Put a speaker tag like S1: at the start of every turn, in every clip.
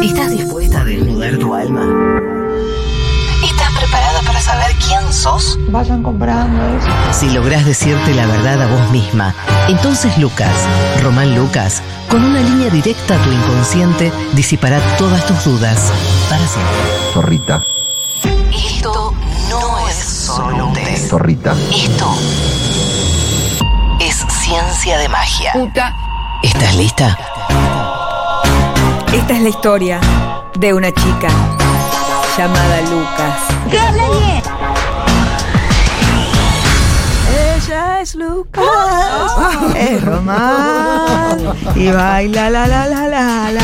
S1: ¿Estás dispuesta a desnudar tu alma?
S2: ¿Estás preparada para saber quién sos?
S3: Vayan comprando eso.
S1: Si lográs decirte la verdad a vos misma, entonces Lucas, Román Lucas, con una línea directa a tu inconsciente, disipará todas tus dudas para siempre.
S4: Zorrita,
S2: Esto no es solo un test.
S4: zorrita,
S2: Esto es ciencia de magia.
S1: ¿Estás lista?
S5: Esta es la historia de una chica llamada Lucas. Ella es Lucas.
S6: Es Román. Y baila la la la la la.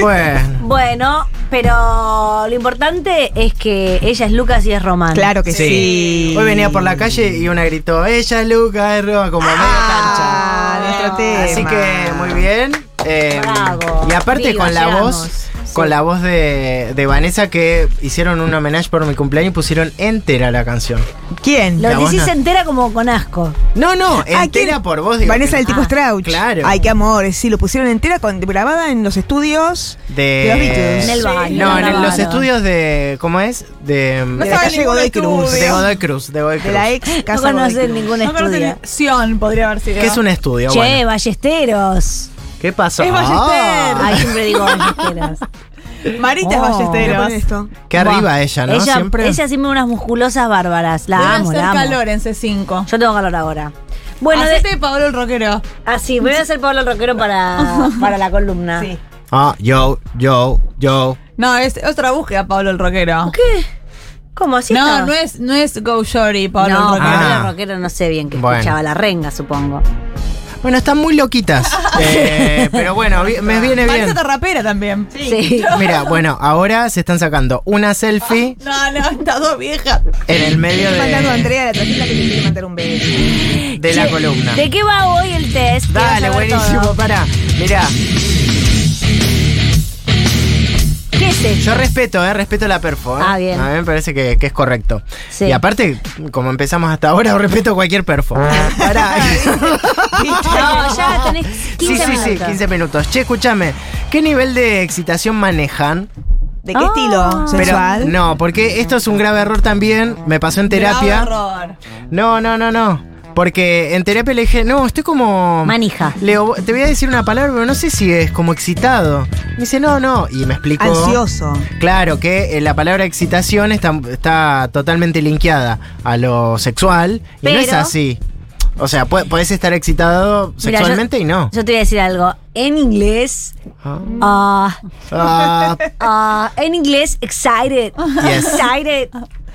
S7: Bueno.
S8: Bueno, pero lo importante es que ella es Lucas y es Román.
S6: Claro que sí.
S7: Hoy venía por la calle y una gritó, ella es Luca, es Roma, como a
S6: Ah,
S7: medio
S6: nuestro
S7: cancha.
S6: tema.
S7: Así que muy bien. eh,
S8: Bravo.
S7: y aparte
S8: Viva,
S7: con la
S8: llegamos.
S7: voz, con la voz de, de Vanessa que hicieron un homenaje por mi cumpleaños y pusieron entera la canción.
S6: ¿Quién?
S8: Lo
S7: La voz
S8: decís
S7: no.
S8: entera como con asco.
S7: No, no,
S6: Ah, ¿quién?
S7: entera por voz. digo,
S6: Vanessa
S7: que-
S6: del tipo
S8: Ah,
S6: Strauch.
S7: claro.
S6: Ay, qué amores. Sí, lo pusieron entera con- grabada en los estudios.
S7: Ah, de
S6: los Beatles. En el
S8: baño,
S7: No, en el- los
S8: grabaron.
S7: estudios de ¿cómo es? De
S6: De la calle Godoy Cruz.
S7: de Godoy Cruz, de Godoy
S6: De
S7: Cruz.
S6: la ex
S8: No
S6: casa Godoy
S8: conocen
S6: Cruz.
S8: ningún
S9: No
S8: estudio.
S9: conocen Sion, podría haber sido.
S7: ¿Qué es un estudio?
S8: Che,
S7: Bueno,
S8: Ballesteros.
S7: ¿Qué pasó?
S9: Es Ballester.
S7: Ah,
S8: Ay, siempre digo Ballesteros.
S6: Marita
S8: Oh.
S6: Ballesteros.
S9: Mira, pon
S6: esto.
S7: qué arriba ella, ¿no?
S8: Ella
S7: Siempre.
S8: ella siempre unas musculosas bárbaras. La
S9: Debe
S8: amo,
S9: hacer
S8: la amo.
S9: calor en C5.
S8: Yo tengo calor ahora. Bueno, de-
S9: Hacete de Pablo el rockero.
S8: así, voy a hacer Pablo el Roquero para, para la columna. Sí.
S7: Ah, yo, yo, yo.
S9: No, es otra búsqueda, Pablo el rockero.
S8: ¿Qué? ¿Cómo así?
S9: No,
S8: estaba?
S9: no es, no es Go Shorty, Pablo
S8: No,
S9: el rockero.
S8: Pablo
S7: Ah.
S8: el Roquero no sé bien qué
S7: Bueno.
S8: escuchaba. La renga, supongo.
S7: Bueno, están muy loquitas. Eh, pero bueno, vi- me viene
S9: Parece
S7: bien.
S9: otra rapera también.
S8: Sí.
S7: Mira, bueno, ahora se están sacando una selfie
S9: No, no, está dos viejas.
S7: en el medio
S6: Estoy mandando a
S7: de,
S6: Andrea la tarjeta que le quiere mandar un beso.
S7: de la columna.
S8: ¿De qué va hoy el test? Quiero
S7: Dale,
S8: saber
S7: buenísimo,
S8: todo.
S7: para. Mirá,
S8: ¿Qué es esto?
S7: yo respeto, eh, respeto la perfo. eh.
S8: Ah, bien.
S7: A mí me parece que, que es correcto.
S8: Sí.
S7: Y aparte, como empezamos hasta ahora, respeto cualquier perfo. Pará.
S8: No, ya tenés 15
S7: Sí, sí,
S8: minutos.
S7: sí, 15 minutos. Che, escúchame, ¿qué nivel de excitación manejan?
S6: ¿De qué
S8: Ah.
S6: estilo?
S7: Pero-
S6: ¿Sensual?
S7: no, porque esto es un grave error también. Me pasó en terapia.
S9: Bravo error.
S7: No, no, no, no. Porque en terapia le dije, no, estoy como.
S8: Manija.
S7: Leo, te voy a decir una palabra, pero no sé si es como excitado. Me dice, no, no. Y me explicó.
S6: Ansioso.
S7: Claro, que eh, la palabra excitación está, está totalmente linkeada a lo sexual. Y no es
S8: Pero-
S7: así. O sea, pu- podés estar excitado
S8: Mira, yo-
S7: sexualmente y no.
S8: Yo te voy a decir algo. En inglés.
S7: Ah.
S8: ah,
S7: Ah,
S8: ah, en inglés, excited.
S7: Yes.
S8: Excited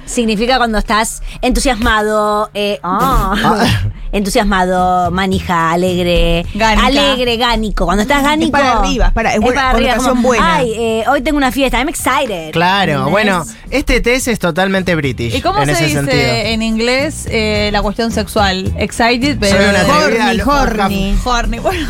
S8: significa cuando estás entusiasmado. eh, ah, Entusiasmado, manija, alegre.
S9: Gánica.
S8: Alegre, gánico. Cuando estás gánico.
S6: para arriba, es para- es buena- connotación
S8: como,
S6: buena.
S8: Ay, eh, hoy tengo una fiesta. I'm excited.
S7: claro,
S8: ¿Entendés?
S7: bueno, este test es totalmente british.
S9: ¿Y cómo
S7: en
S9: se
S7: ese
S9: dice
S7: sentido.
S9: en inglés eh, la cuestión sexual? Excited, pero.
S7: Soy una
S9: Horny,
S7: atrevida, lo-
S9: horny. Horny, bueno.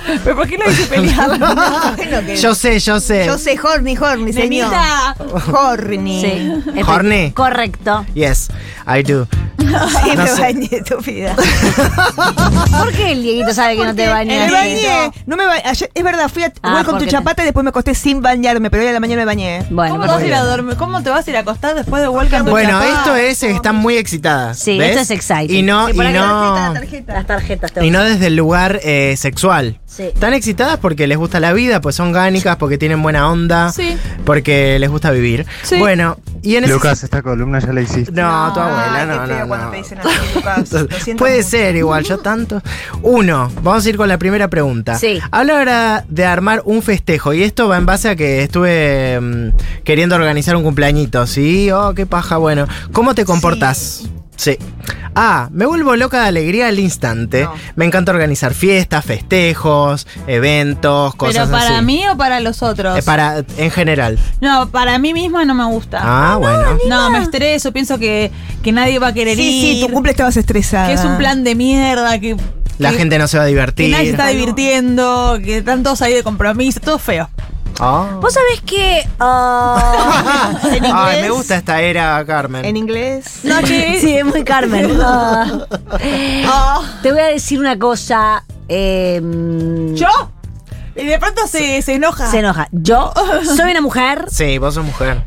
S9: ¿Pero por qué lo hice peleando?
S6: Bueno, que-
S7: Yo sé, yo sé.
S6: Yo sé, Horny, Horny, señor.
S9: Nenita.
S6: Horny.
S8: Sí.
S7: Horny.
S8: Correcto.
S7: Yes, I do.
S6: Sí,
S7: No
S6: me
S7: sé.
S6: bañé, estúpida.
S8: ¿Por qué el Dieguito sabe que no te bañas?
S6: Me bañé. No me bañé. Ayer- es verdad, fui a
S8: Ah,
S6: voy con tu
S8: porque-
S6: chapata y después me acosté sin bañarme, pero hoy a la mañana me bañé.
S8: Bueno,
S9: ¿Cómo, vas a ir a
S8: perfecto.
S9: dormir? ¿Cómo te vas a ir a acostar después de Welcome to
S7: Bueno,
S9: Japan?
S7: esto es, están muy excitadas.
S8: Sí,
S7: ¿ves?
S8: esto es exciting.
S7: Y no,
S8: Sí,
S7: y
S8: por acá
S7: no,
S8: Las tarjetas te
S7: y no desde el lugar eh, sexual.
S8: Sí.
S7: Están excitadas porque les gusta la vida, pues son gánicas, porque tienen buena onda,
S9: Sí.
S7: porque les gusta vivir.
S9: Sí.
S7: Bueno, y en ese-
S4: Lucas, esta columna ya la hiciste.
S7: No, tu abuela,
S6: Ay,
S7: no,
S6: qué Ah, feo
S7: no,
S6: cuando
S7: no.
S6: te dicen así, Lucas. Lo siento
S7: Puede
S6: mucho.
S7: ser igual, yo tanto. Uno, vamos a ir con la primera pregunta.
S8: Sí.
S7: Habla ahora de armar un festejo y esto va en base a que estuve mm, queriendo organizar un cumpleañito, ¿sí? Oh, qué paja, bueno. ¿Cómo te comportás? Sí. A. Me vuelvo loca de alegría al instante.
S6: No.
S7: Me encanta organizar fiestas, festejos, eventos, cosas
S9: ¿Pero para
S7: así.
S9: mí o para los otros?
S7: Eh, para, en general.
S9: No, para mí misma no me gusta.
S7: Ah, bueno.
S9: No, me estreso, pienso que, que nadie va a querer
S6: Sí,
S9: ir.
S6: sí, tu cumple estabas estresada.
S9: Que es un plan de mierda, que,
S7: La
S9: que-
S7: gente no se va a
S9: que
S7: divertir.
S9: nadie se está divirtiendo, que están todos ahí de compromiso, todo feo.
S7: Oh.
S8: Vos sabés que. ah,
S7: Ay, me gusta esta era, Carmen.
S6: En inglés.
S9: No, que-
S8: sí, es muy Carmen. eh, Ah.
S7: Ah.
S8: Te voy a decir una cosa. eh,
S9: ¿Yo? Y de pronto se, se enoja.
S8: Se enoja. Yo soy una mujer.
S7: Sí, vos sos mujer.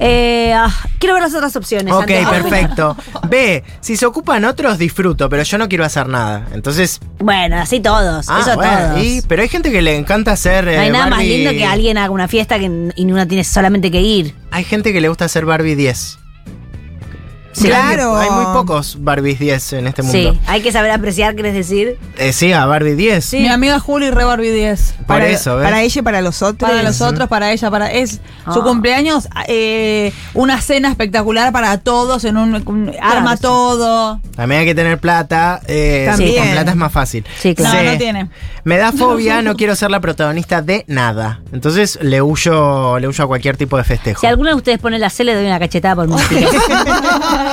S8: Eh, ah, quiero ver las otras opciones.
S7: Ok,
S8: antes de opinar.
S7: perfecto. B, si se ocupan otros, disfruto, pero yo no quiero hacer nada. Entonces,
S8: Bueno, así todos.
S7: ah,
S8: eso
S7: bueno,
S8: todos.
S7: y- pero hay gente que le encanta hacer.
S8: no
S7: eh,
S8: hay nada más
S7: Barbie-
S8: lindo que alguien haga una fiesta que, y uno tiene solamente que ir.
S7: Hay gente que le gusta hacer Barbie 10.
S8: Sí.
S6: Claro.
S7: Hay muy pocos Barbies 10 en este mundo.
S8: Sí, hay que saber apreciar, ¿querés decir?
S7: Eh, sí, a Barbie 10.
S9: Mi amiga Juli re Barbie 10.
S7: Por
S6: Para,
S7: eso, ¿ves?
S6: para ella y para los otros.
S9: Para los otros, para ella, para es su
S8: Ah.
S9: cumpleaños, eh, una cena espectacular para todos, en un, un- arma
S8: sí.
S9: todo.
S7: También hay que tener plata. eh,
S6: También.
S7: Con plata es más fácil.
S8: Sí,
S9: No,
S8: claro.
S7: Sí.
S9: no tiene.
S7: Me da fobia, no quiero ser la protagonista de nada. Entonces le huyo, le huyo a cualquier tipo de festejo.
S8: Si alguno de ustedes pone la C, le doy una cachetada por música.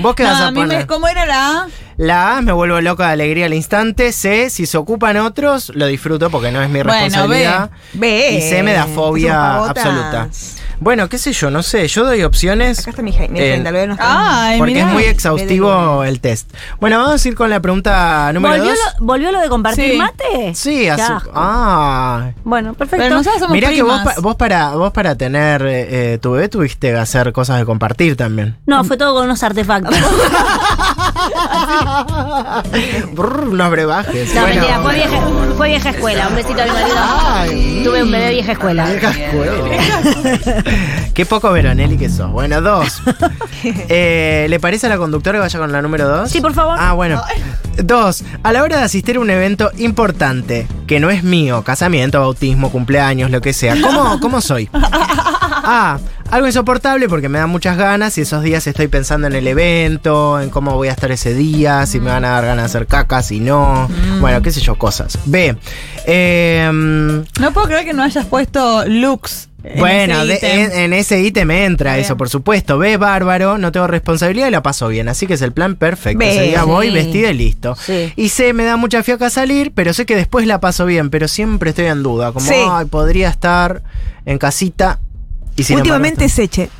S7: ¿Vos qué
S9: No,
S7: vas a
S9: a mí
S7: poner?
S9: me, ¿Cómo era la A?
S7: La A, me vuelvo loca de alegría al instante. C, si se ocupan otros, lo disfruto porque no es mi
S9: Bueno,
S7: responsabilidad.
S6: Ve.
S7: Y C me da fobia
S6: Somos pavotas.
S7: absoluta. Bueno, qué sé yo, no sé. Yo doy opciones.
S6: Acá está mi Jaime.
S7: Eh,
S6: Prenda, lo veo, no está.
S9: Ay,
S7: porque
S9: mirá.
S7: es muy exhaustivo el test. Bueno, vamos a ir con la pregunta número
S8: ¿Volvió,
S7: dos.
S8: lo, volvió lo de compartir
S9: Sí.
S8: mate?
S7: Sí,
S8: Qué
S7: azu-
S8: asco.
S7: Ah.
S8: Bueno, perfecto.
S9: Pero nosotros somos
S7: Mirá que vos,
S9: primas.
S7: pa- vos para vos para tener eh, eh, tu bebé tuviste que hacer cosas de compartir también.
S8: No, fue todo con unos artefactos.
S7: Brr, unos brebajes.
S8: No,
S7: Bueno.
S8: mentira, fue vieja, fue vieja escuela. Un besito a mi marido.
S7: Ay.
S8: Tuve un bebé vieja escuela.
S7: Vieja escuela. eh. Qué poco Veronelli que sos. Bueno, dos. Eh, ¿Le parece a la conductora que vaya con la número dos?
S8: Sí, por favor.
S7: Ah, bueno. Dos. A la hora de asistir a un evento importante, que no es mío, casamiento, bautismo, cumpleaños, lo que sea, ¿cómo, cómo soy? A. Algo insoportable porque me da muchas ganas y esos días estoy pensando en el evento, en cómo voy a estar ese día, si me van a dar ganas de hacer caca, si no.
S8: Mm.
S7: Bueno, qué sé yo, cosas. B. Eh,
S9: No puedo creer que no hayas puesto looks. en
S7: bueno,
S9: ese
S7: de- eh,
S9: ítem.
S7: en, en ese ítem me entra
S9: Bien.
S7: eso, por supuesto. Ve bárbaro, no tengo responsabilidad y la paso bien. Así que es el plan perfecto.
S6: Ve,
S7: Ese día
S8: sí.
S7: voy vestida y listo.
S8: Sí.
S7: Y sé, me da mucha fiaca salir, pero sé que después la paso bien. Pero siempre estoy en duda. Como,
S6: Sí.
S7: ay, podría estar en casita. Y sin embargo
S6: Últimamente es Eche.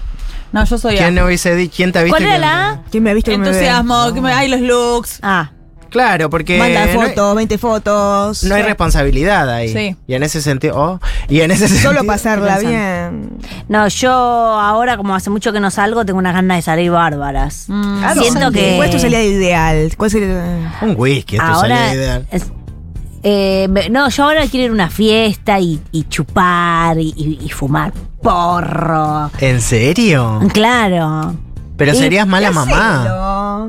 S9: no, yo soy
S7: estoy.
S9: A.
S7: ¿Quién no hubiese dicho? ¿Quién te ha visto?
S8: ¿Cuál
S7: y
S8: era
S7: quién
S8: la A?
S6: ¿Quién me ha visto? que me ve?
S9: Entusiasmo, que me- ay, los looks.
S8: Ah,
S7: Claro, porque.
S6: Manda
S7: no hay-
S6: fotos, 20 fotos.
S7: No hay responsabilidad ahí.
S9: Sí.
S7: Y en ese sentido. oh, y en ese
S6: Solo
S7: sentido-
S6: pasarla
S8: Qué
S6: bien.
S8: no, yo ahora, como hace mucho que no salgo, tengo unas ganas de salir bárbaras.
S9: Mm.
S8: Siento que.
S6: ¿Cuál es tu salida ideal? ¿Cuál sería?
S7: Un whisky, esto
S8: ahora.
S7: sería ideal.
S8: es- eh, me- no, yo ahora quiero ir a una fiesta y, y chupar y, y- y fumar porro.
S7: ¿En serio?
S8: Claro.
S7: Pero
S8: Y-
S7: serías mala mamá.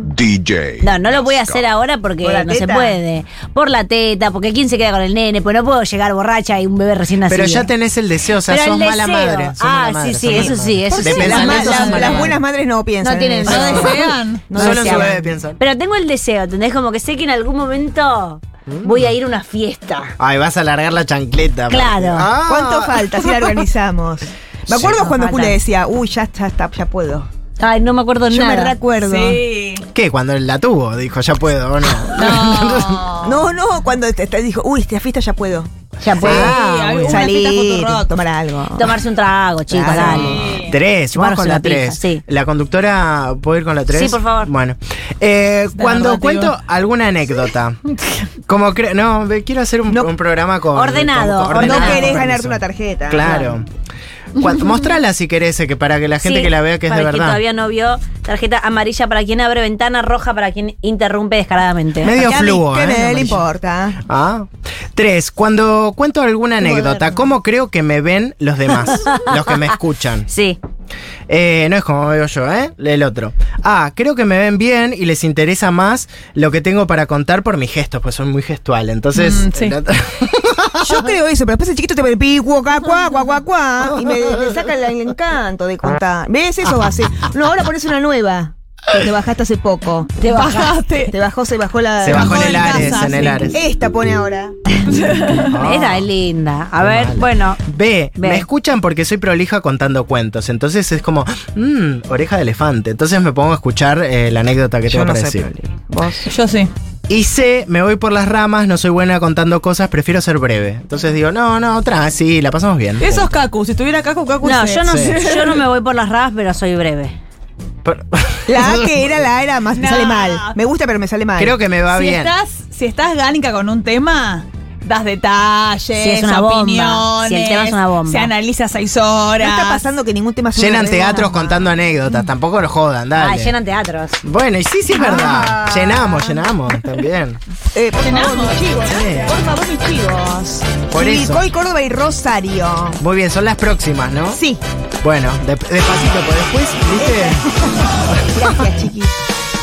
S8: No, no lo voy a hacer ahora porque
S6: ¿Por la
S8: no se
S6: teta?
S8: puede. Por la teta, porque quién se queda con el nene, pues no puedo llegar borracha y un bebé recién nacido.
S7: Pero ya tenés el deseo, o sea,
S8: Pero
S7: sos
S8: el
S7: mala
S8: deseo.
S7: madre. sos
S8: Ah,
S7: mala madre,
S8: sí,
S7: sos
S8: sí,
S7: mala
S8: eso
S7: madre.
S8: sí, eso
S7: De
S8: sí.
S7: pensar
S6: Las,
S7: en
S6: ma-
S7: eso,
S6: las-
S7: sos mala
S6: las
S7: madre.
S6: buenas madres no piensan.
S8: No tienen
S6: en
S8: eso.
S6: eso.
S9: No desean.
S6: No
S7: Solo en su
S6: desean.
S7: bebé piensan.
S8: Pero tengo el deseo, ¿entendés? Como que sé que en algún momento
S7: Mm.
S8: voy a ir a una fiesta.
S7: Ay, vas a alargar la chancleta.
S8: Claro.
S7: Ah.
S6: ¿Cuánto falta si la organizamos? Me acuerdo
S8: nos
S6: cuando
S8: faltan.
S6: Cule decía, uy, ya está, está, ya puedo.
S8: Ay, no me acuerdo
S6: Yo me
S8: nada.
S6: recuerdo.
S9: Sí.
S7: ¿Qué? Cuando la tuvo, dijo, ya puedo, ¿o no? Ah,
S6: No,
S9: No.
S6: no, cuando te, te dijo, uy, esta fiesta ya puedo.
S8: ya puedo.
S9: Ah, alguna fiesta
S6: Salir,
S9: fotorrock.
S6: tomar algo.
S8: Tomarse un trago, chicos,
S6: Claro.
S8: dale.
S7: Tres,
S8: Chuparse
S7: vamos con
S8: una
S7: la tres.
S8: pija, sí.
S7: La conductora, ¿puedo ir con la tres?
S8: Sí, por favor.
S7: Bueno. Eh, cuando
S9: narrativo.
S7: cuento alguna anécdota, como creo, no, ve- quiero hacer un,
S6: No.
S7: un programa con...
S8: Ordenado,
S7: con-
S6: No
S8: ordenado.
S6: querés
S7: con
S6: ganarte
S7: eso.
S6: una tarjeta.
S7: Claro. Cuando, mostrala si querés, eh, que para que la gente
S8: Sí,
S7: que la vea que es
S8: para
S7: de
S8: el
S7: verdad.
S8: todavía no vio tarjeta amarilla para quien abre ventana, roja para quien interrumpe descaradamente.
S7: Medio
S6: Acá a mí,
S7: fluo,
S6: ¿Qué
S7: ¿eh?
S6: me le
S7: Amarillo.
S6: importa?
S7: Ah. Tres, cuando cuento alguna anécdota, ¿cómo creo que me ven los demás? los que me escuchan.
S8: Sí.
S7: Eh, no es como veo yo, ¿eh? El otro. Ah, creo que me ven bien y les interesa más lo que tengo para contar por mis gestos, pues soy muy gestual. Entonces.
S9: Mm, sí.
S7: el otro-
S6: Yo creo eso, pero después el chiquito te pone pico, cuá, cuá, cuá, cuá, cuá, y me, me saca el, el encanto de contar. ¿Ves? Eso va a ser. No, ahora pones una nueva. Que te bajaste hace poco.
S8: Te
S9: Bajaste.
S6: Te bajó, se bajó la.
S7: se bajó en el
S9: en
S7: Ares,
S9: casa,
S7: en el
S9: sí.
S7: Ares. Mm.
S6: Esta pone ahora.
S7: Ah.
S8: Esa es linda. A ver, bueno.
S7: B,
S8: B.
S7: me escuchan porque soy prolija contando cuentos. Entonces es como, mmm, oreja de elefante. Entonces me pongo a escuchar eh, la anécdota que tengo para decir.
S6: Vos.
S9: Yo sí.
S7: Y C, me voy por las ramas, no soy buena contando cosas, prefiero ser breve. Entonces digo, no, no, otra, sí, la pasamos bien.
S9: Eso es Kaku. Si estuviera Kaku, Kaku
S8: No,
S9: sí.
S8: yo no,
S7: Sí.
S8: sé- yo no me voy por las ramas, pero soy breve.
S7: Pero-
S6: La A que era la A era más. Me
S9: No.
S6: sale mal. Me gusta, pero me sale mal.
S7: Creo que me va
S9: si
S7: bien.
S9: Estás, si estás gánica con un tema, das detalles,
S8: Sí, es una bomba.
S9: opiniones.
S8: Sí, el tema es una bomba.
S9: Se analiza seis horas.
S6: No está pasando que ningún tema es una
S7: Llenan
S6: redonda.
S7: teatros contando anécdotas, tampoco lo jodan, dale.
S8: Ay, Ah, llenan teatros.
S7: Bueno, y sí, sí es
S6: Ah.
S7: verdad. Llenamos, llenamos también.
S6: Eh, por favor,
S9: Llenamos.
S6: mis chivos. ¿no? Por favor, mis chivos.
S7: Por eso.
S6: Hoy Córdoba y Rosario.
S7: Muy bien, son las próximas, ¿no?
S6: Sí.
S7: Bueno, de- despacito, pero después, ¿viste?
S6: Gracias, chiquis.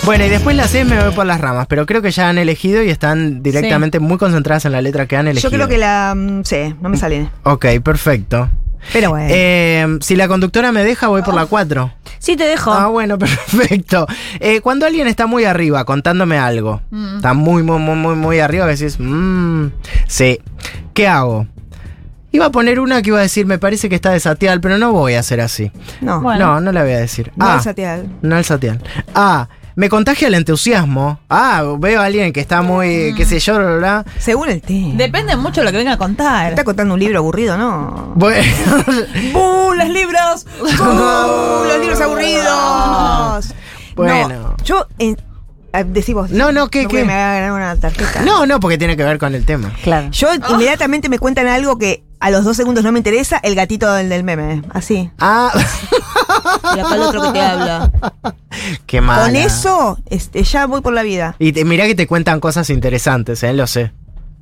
S7: Bueno, y después las seis me voy por las ramas, pero creo que ya han elegido y están directamente muy concentradas en la letra que han elegido.
S6: Yo creo que la. mm, sí, no me sale.
S7: Ok, perfecto.
S6: Pero bueno.
S7: Eh, si la conductora me deja, voy por la 4.
S8: Sí, te dejo.
S7: Ah, bueno, perfecto. Eh, cuando alguien está muy arriba contándome algo,
S6: Mm.
S7: está muy, muy, muy, muy, muy arriba, decís, mmm, sí, ¿qué hago? Iba a poner una que iba a decir, me parece que está desatial, pero no voy a hacer así.
S6: no.
S9: Bueno.
S7: No, no la voy a decir.
S6: No
S7: Ah,
S6: es satial.
S7: no el satial. Ah, me contagia el entusiasmo. Ah, veo a alguien que está
S6: Mm.
S7: muy, qué sé yo, bla, bla, bla.
S6: Según el tema.
S9: Depende mucho de lo que venga a contar.
S6: Está contando un libro aburrido, ¿no?
S7: Bueno,
S9: ¡Buh! ¡Los libros!
S6: ¡Uh, los libros aburridos.
S7: Bueno.
S6: No, yo. eh, eh, decí vos.
S7: No, no, ¿qué,
S6: no
S7: qué?
S6: porque Me va a ganar una tarjeta.
S7: no, no, porque tiene que ver con el tema.
S8: Claro.
S6: Yo inmediatamente me cuentan algo que a los dos segundos no me interesa, el gatito del, del meme. Así.
S7: Ah,
S6: Y acá el otro que te habla.
S7: qué mal.
S6: Con eso, este, ya voy por la vida.
S7: Y te- mirá que te cuentan cosas interesantes, ¿eh? Lo sé.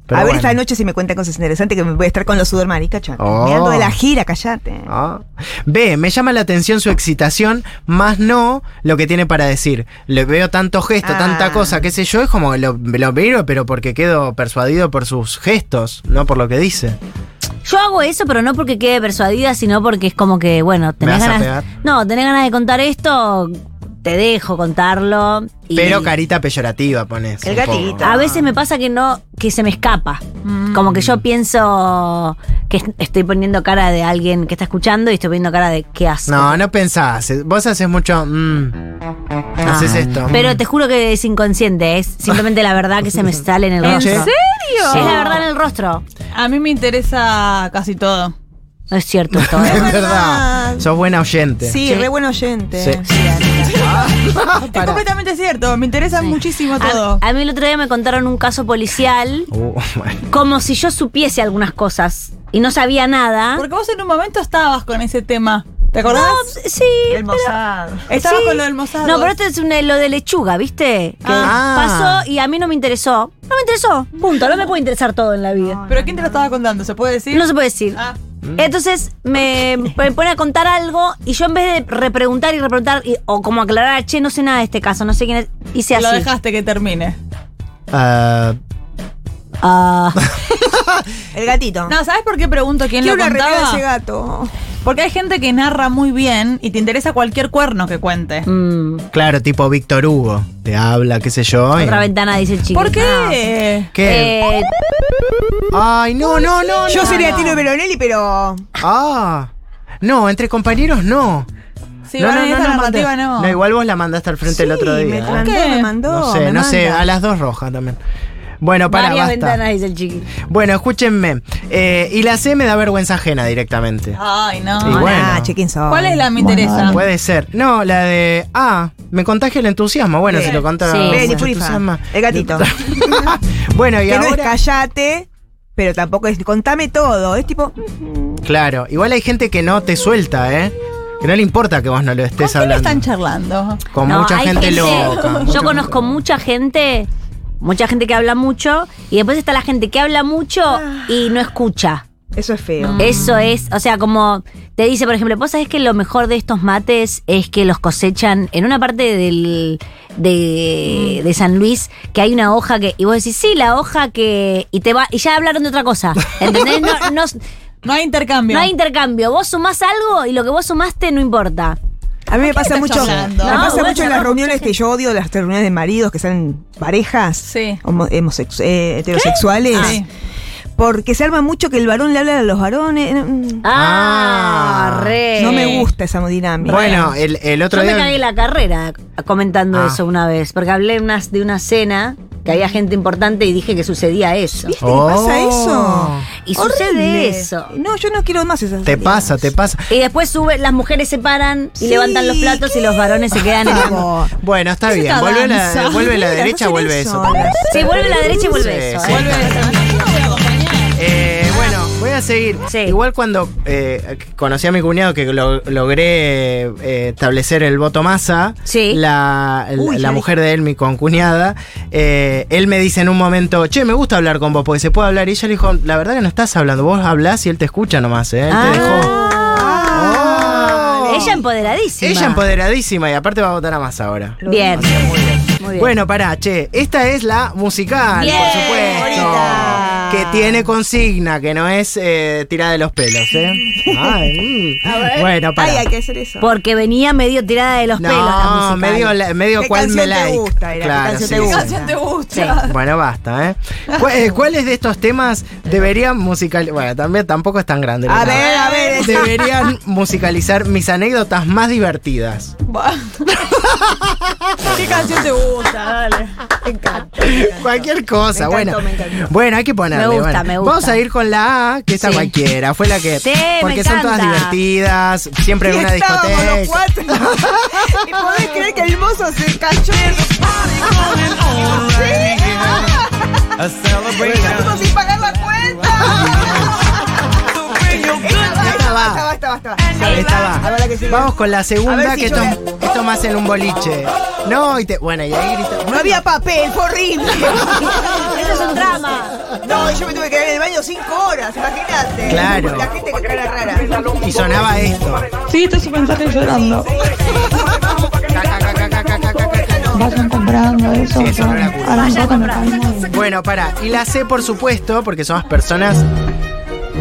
S7: Pero
S6: a ver
S7: bueno.
S6: esta noche si me cuentan cosas interesantes que me voy a estar con los sudor maricacha.
S7: Oh.
S6: Mirando de la gira, callate.
S7: Ah. B, me llama la atención su excitación, más no lo que tiene para decir. Le veo tanto gesto,
S6: Ah.
S7: tanta cosa, qué sé yo, es como que lo, lo miro, pero porque quedo persuadido por sus gestos, no por lo que dice.
S8: Yo hago eso, pero no porque quede persuadida, sino porque es como que, bueno, tenés
S7: vas a
S8: ganas.
S7: pegar?
S8: No, tenés ganas de contar esto, te dejo contarlo. y-
S7: Pero carita peyorativa pones.
S6: El
S7: un poco.
S6: gatito.
S8: A veces me pasa que no, que se me escapa.
S9: Mm.
S8: Como que yo pienso que es- estoy poniendo cara de alguien que está escuchando y estoy poniendo cara de qué asco.
S7: No, no pensás. eh, Vos haces mucho. mm, haces
S6: Ah.
S7: esto.
S8: Pero
S7: mm.
S8: te juro que es inconsciente, es simplemente la verdad que se me sale en el
S7: ¿En
S8: rostro.
S7: serio?
S8: Es la verdad en el rostro.
S9: A mí me interesa casi todo.
S8: No es cierto esto. ¿eh?
S7: Es verdad. Sos buena oyente.
S6: Sí, re buen oyente.
S7: Sí.
S9: Ah, Es completamente cierto, me interesa muchísimo todo.
S8: A, a mí el otro día me contaron un caso policial
S7: Uh, bueno.
S8: como si yo supiese algunas cosas y no sabía nada.
S9: ah. Porque vos en un momento estabas con ese tema. ¿Te acordás?
S8: No, sí.
S6: El Mossad.
S9: estabas
S8: sí.
S9: con lo del Mossad.
S8: No, pero esto es una- lo de lechuga, ¿viste? Que
S7: Ah.
S8: pasó y a mí no me interesó. No me interesó. Punto. No me puede interesar todo en la vida.
S9: ¿Pero quién te lo estaba contando? ¿Se puede decir?
S8: No se puede decir.
S9: Ah.
S8: Entonces me, me pone a contar algo y yo en vez de repreguntar y repreguntar y- o como aclarar, che, no sé nada de este caso, no sé quién es, hice así.
S9: Lo dejaste que termine.
S7: Ah,
S8: Ah.
S6: El gatito.
S9: No, ¿sabes por qué pregunto quién
S6: Quiero
S9: lo
S6: una remera de ese
S9: contaba?
S6: gato.
S9: Porque hay gente que narra muy bien y te interesa cualquier cuerno que cuente.
S8: Mm.
S7: claro, tipo Víctor Hugo. Te habla, qué sé yo. y-
S8: Otra ventana dice el chico.
S9: ¿Por qué?
S7: ¿Qué?
S8: Eh,
S7: Ay, no, no, no.
S6: Yo
S7: no.
S6: sería Tino Melonelli, pero.
S7: Ah. No, entre compañeros no.
S9: Si van en esta narrativa,
S7: manda-
S9: no.
S7: igual vos la mandaste al frente el otro
S6: Sí,
S7: día.
S6: me
S7: ¿eh?
S6: mandó,
S9: qué?
S6: me mandó.
S7: No sé,
S6: me
S7: no sé,
S6: manda.
S7: a las dos rojas también. Bueno, para,
S8: varias
S7: basta.
S8: ventanas dice el chiqui.
S7: Bueno, escúchenme. Eh, y la C me da vergüenza ajena directamente.
S9: Ay,
S7: Y
S9: no.
S7: bueno.
S6: Ah, chequen son.
S9: ¿Cuál es la que me interesa?
S7: Puede ser. No, la de. Ah, me contagia el entusiasmo. Bueno,
S6: Sí.
S7: si lo contaba.
S8: Sí.
S7: mucho
S6: Ven y furifa.
S7: entusiasma.
S6: El gatito.
S7: bueno, y
S6: Que no
S7: ahora.
S6: es callate, pero tampoco es contame todo. Es tipo.
S7: Claro, igual hay gente que no te suelta, ¿eh? Que no le importa que vos no lo
S9: ¿Con
S7: estés
S9: quién
S7: hablando.
S9: están charlando?
S7: Con
S8: No,
S7: mucha
S8: hay
S7: gente, loca. mucha
S8: Yo conozco mucha gente, mucha gente que habla mucho, y después está la gente que habla mucho y no escucha.
S6: Eso es
S7: Ah.
S6: feo.
S8: Eso es, o sea, como te dice, por ejemplo, vos sabés que lo mejor de estos mates es que los cosechan en una parte del,
S7: Mm.
S8: de, de San Luis, que hay una hoja que, y vos decís, sí, la hoja que, y te va, y ya hablaron de otra cosa, ¿entendés? No, no-
S9: No hay intercambio.
S8: no hay intercambio, vos sumás algo y lo que vos sumaste no importa.
S6: A mí me pasa
S9: estás
S6: mucho, me
S9: hablando?
S8: No,
S6: pasa
S8: bueno,
S6: mucho en
S8: no,
S6: las
S8: mucha
S6: reuniones que
S8: gente.
S6: yo odio las reuniones de maridos que salen parejas
S9: Sí.
S6: homo- homosex- eh, heterosexuales.
S9: Ah, sí.
S6: Porque se arma mucho que el varón le habla a los varones. Mm,
S8: Ah, eh.
S7: Ah,
S8: re.
S6: No me gusta esa dinámica.
S7: Bueno, el, el otro
S8: Yo me
S7: día.
S8: cagué la carrera comentando
S7: Ah.
S8: eso una vez, porque hablé unas, de una cena que había gente importante y dije que sucedía eso.
S6: ¿Viste que pasa eso?
S8: Y
S6: Horrible.
S8: sucede eso.
S6: No, yo no quiero más esas
S7: Te
S6: salidas.
S7: pasa, te pasa.
S8: Y después sube, las mujeres se paran y
S6: Sí,
S8: levantan los platos y los varones se quedan
S6: Por
S8: en la
S6: favor.
S7: Bueno, está
S9: Eso
S7: bien.
S9: está
S7: Vuelve a la,
S9: danza.
S7: vuelve a la
S6: Mira,
S7: derecha,
S6: no hacen
S7: vuelve eso.
S6: eso.
S8: Sí, vuelve a la derecha y vuelve
S7: Sí,
S8: eso.
S7: sí.
S8: ¿eh?
S9: Vuelve a- Yo no voy a acompañar.
S7: Eh, bueno, voy a seguir.
S8: Ah. Sí.
S7: Igual cuando eh, conocí a mi cuñado que lo- logré eh, establecer el voto masa,
S8: Sí.
S7: la, la-
S6: Uy,
S7: la
S6: ya
S7: mujer de él, mi concuñada, eh, él me dice en un momento, che, me gusta hablar con vos porque se puede hablar. Y ella le dijo, la verdad que no estás hablando, vos hablás y él te escucha nomás, ¿eh? Él
S8: Ah.
S7: te dejó. Oh.
S8: Ella empoderadísima.
S7: Ella empoderadísima y aparte va a votar a masa ahora.
S8: Bien. Muy bien.
S7: Bueno, pará, che, esta es la musical,
S8: Bien.
S7: por supuesto.
S6: Ahorita.
S7: Que tiene consigna, que no es eh, tirada de los pelos, ¿eh? Ay, mm. Bueno, pará.
S6: Ay, hay que hacer eso.
S8: Porque venía medio tirada de los pelos la
S7: no,
S8: musical.
S7: medio, la- medio
S6: ¿Qué
S7: cual me
S6: canción te
S7: like.
S6: gusta, era? ¿Qué
S7: Claro,
S6: canción
S7: sí,
S6: te
S7: sí.
S9: ¿Qué
S6: gusta?
S9: canción te gusta?
S7: Bueno, basta, ¿eh? ¿Cuál- eh, ¿Cuáles de estos temas deberían musicalizar? Bueno, también tampoco es tan grande. la
S6: A
S7: verdad.
S6: ver, a ver. es-
S7: Deberían musicalizar mis anécdotas más divertidas.
S9: ¿Qué canción te gusta? Dale.
S7: Cualquier cosa,
S6: Me encantó,
S7: bueno.
S6: me encantó.
S7: Bueno, hay que ponerle.
S8: Me gusta,
S7: bueno.
S8: me gusta.
S7: Vamos a ir con la A, que esta
S8: Sí.
S7: cualquiera. Fue la que.
S8: Sí, me
S7: porque son todas
S8: encanta.
S7: divertidas, siempre en
S6: Y
S7: una
S6: estábamos
S7: discoteca.
S6: los cuatro. y podés creer que el mozo se cayó. Sí, ah, tipo sin pagar la cuenta.
S7: Esta va.
S6: Basta, basta, basta. basta.
S7: Esta va.
S6: La verdad que sí.
S7: Vamos con la
S6: A
S7: segunda,
S6: ver si
S7: que esto,
S6: yo
S7: esto más en un boliche. No, y te. Bueno, y ahí grita.
S6: No había papel, fue horrible.
S8: Eso es un drama.
S6: No, yo me tuve que quedar en el baño cinco horas, imagínate.
S7: Claro.
S6: La gente que cara rara.
S7: Y sonaba esto.
S3: Sí, estoy su mensaje llorando. Vayan comprando eso.
S7: Sí, eso no era culpa.
S3: Ahora un poco me cae mal.
S7: Bueno, para. Y la C, por supuesto, porque somos personas.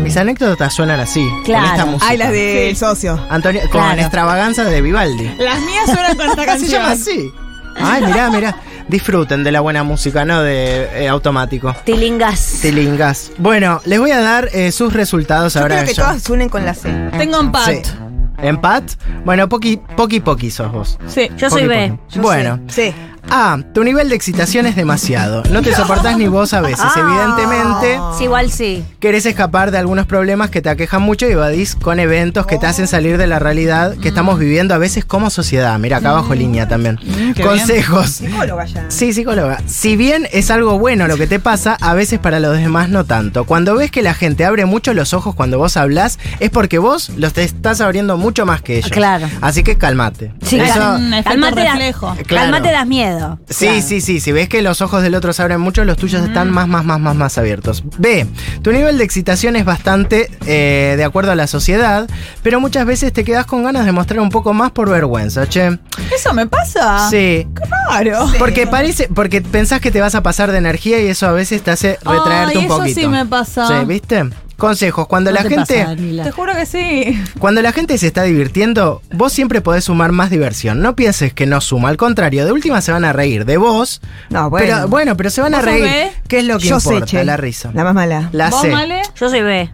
S7: Mis anécdotas suenan así.
S8: Claro.
S7: Con esta música.
S6: Ay, las del socio.
S7: Antonio, con
S8: Claro.
S7: extravaganzas de Vivaldi.
S9: Las mías suenan con esta
S7: Se llama
S9: canción.
S7: así. Ay, mirá, mirá. Disfruten de la buena música, no de eh, automático.
S8: Tilingas.
S7: Tilingas. Bueno, les voy a dar eh, sus resultados
S6: Yo
S7: ahora.
S6: creo que
S7: yo.
S6: todas unen con la C.
S9: Tengo un pat.
S7: Sí. ¿Empat? Bueno, poqui, poqui, poqui sos vos.
S9: Sí.
S8: Yo soy
S7: Poqui,
S8: B.
S7: poqui. bueno.
S6: Sí.
S7: Ah, tu nivel de excitación es demasiado. No te soportás ni vos a veces.
S8: Ah.
S7: Evidentemente,
S8: Sí, igual sí.
S7: querés escapar de algunos problemas que te aquejan mucho y evadís con eventos que te hacen salir de la realidad que estamos viviendo a veces como sociedad. Mira, acá
S8: Mm.
S7: abajo línea también.
S9: qué
S7: Consejos.
S6: Psicóloga ya.
S7: Sí, psicóloga. Si bien es algo bueno lo que te pasa, a veces para los demás no tanto. Cuando ves que la gente abre mucho los ojos cuando vos hablas, es porque vos los te estás abriendo mucho más que ellos.
S8: Claro.
S7: Así que calmate. ¿Eh?
S8: Sí,
S7: Eso-
S8: claro.
S9: Un efecto
S8: Calmate das-
S9: reflejo.
S7: Claro.
S8: Calmate das miedo.
S7: Sí, sí, sí. Si ves que los ojos del otro se abren mucho, los tuyos
S8: Mm.
S7: están más, más, más, más, más abiertos. B. Tu nivel de excitación es bastante eh, de acuerdo a la sociedad, pero muchas veces te quedas con ganas de mostrar un poco más por vergüenza, che.
S9: ¿Eso me
S8: Ah.
S9: pasa?
S7: Sí.
S9: Claro.
S7: Porque parece, porque pensás que te vas a pasar de energía y eso a veces te hace retraerte
S9: Ay,
S7: un
S9: eso
S7: poquito.
S9: sí me pasa.
S7: Sí, ¿viste? Consejos, cuando la
S8: te
S7: gente,
S8: pasa, Daniela.
S9: Te juro que sí.
S7: cuando la gente se está divirtiendo, vos siempre podés sumar más diversión. No pienses que no suma, al contrario, de última se van a reír de vos.
S6: No, bueno.
S7: Pero bueno, pero se van a
S9: ¿Vos
S7: reír.
S9: sabés?
S7: ¿Qué es lo que
S6: Yo sé,
S7: importa?
S6: che.
S7: La risa.
S6: La más mala.
S7: La
S9: ¿Vos,
S7: C.
S9: Male?
S8: Yo soy B.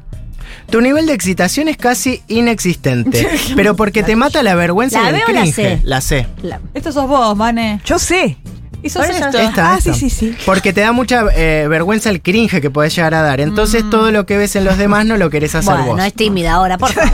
S7: Tu nivel de excitación es casi inexistente, pero porque te mata la vergüenza
S8: ¿La
S7: y el
S8: B o la
S7: cringe.
S8: C?
S7: La C.
S8: La-
S9: Esto sos vos, Mane.
S6: Yo sé.
S9: Y sos esto.
S7: Esta,
S6: Ah, sí,
S7: esta.
S6: sí, sí.
S7: Porque te da mucha eh, vergüenza el cringe que podés llegar a dar.
S6: Mm.
S7: Entonces todo lo que ves en los demás no lo querés hacer
S8: Bueno,
S7: vos.
S8: no es tímida ahora, por favor.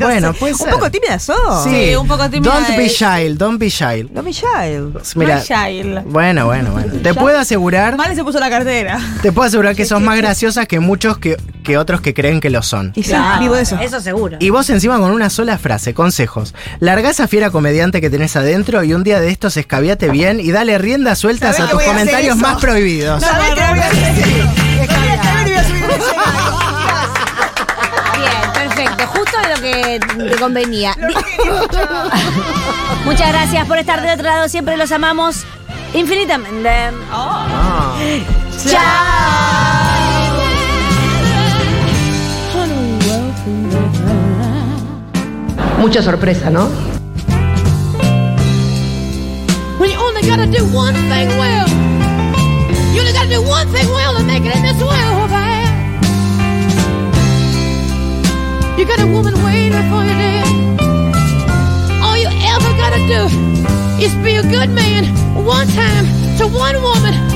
S7: Bueno, puede
S6: Un
S7: ser.
S6: poco tímida sos.
S9: Sí, un poco tímida
S7: Don't be
S9: es.
S7: shy, don't be shy.
S6: No me child.
S7: Mira.
S9: My child.
S7: Bueno, bueno, bueno. Te puedo asegurar,
S9: Male se puso la cartera.
S7: te puedo asegurar que sos más graciosa que muchos que, que otros que creen que lo son.
S6: Y sí, vivo de eso.
S8: Eso seguro.
S7: Y vos encima con una sola frase, consejos. Larga esa fiera comediante que tenés adentro y un día de estos escabiate bien y dale rienda sueltas
S6: ¿Sabés que
S7: a
S6: voy
S7: tus
S6: a hacer
S7: comentarios
S6: eso?
S7: más prohibidos.
S6: ¿Sabés qué voy a hacer? Voy a cagar y voy a subir el escenario.
S8: Bien, perfecto. Justo lo que te convenía. Di-
S6: Lo que digo, chao.
S8: Muchas gracias por estar de otro lado. Siempre los amamos infinitamente.
S10: Mucha sorpresa, ¿no?
S11: When you only gotta do one thing well. You only gotta do one thing well to make it in this world, man. You got a woman waiting for you there. All you ever gotta do is be a good man one time to one woman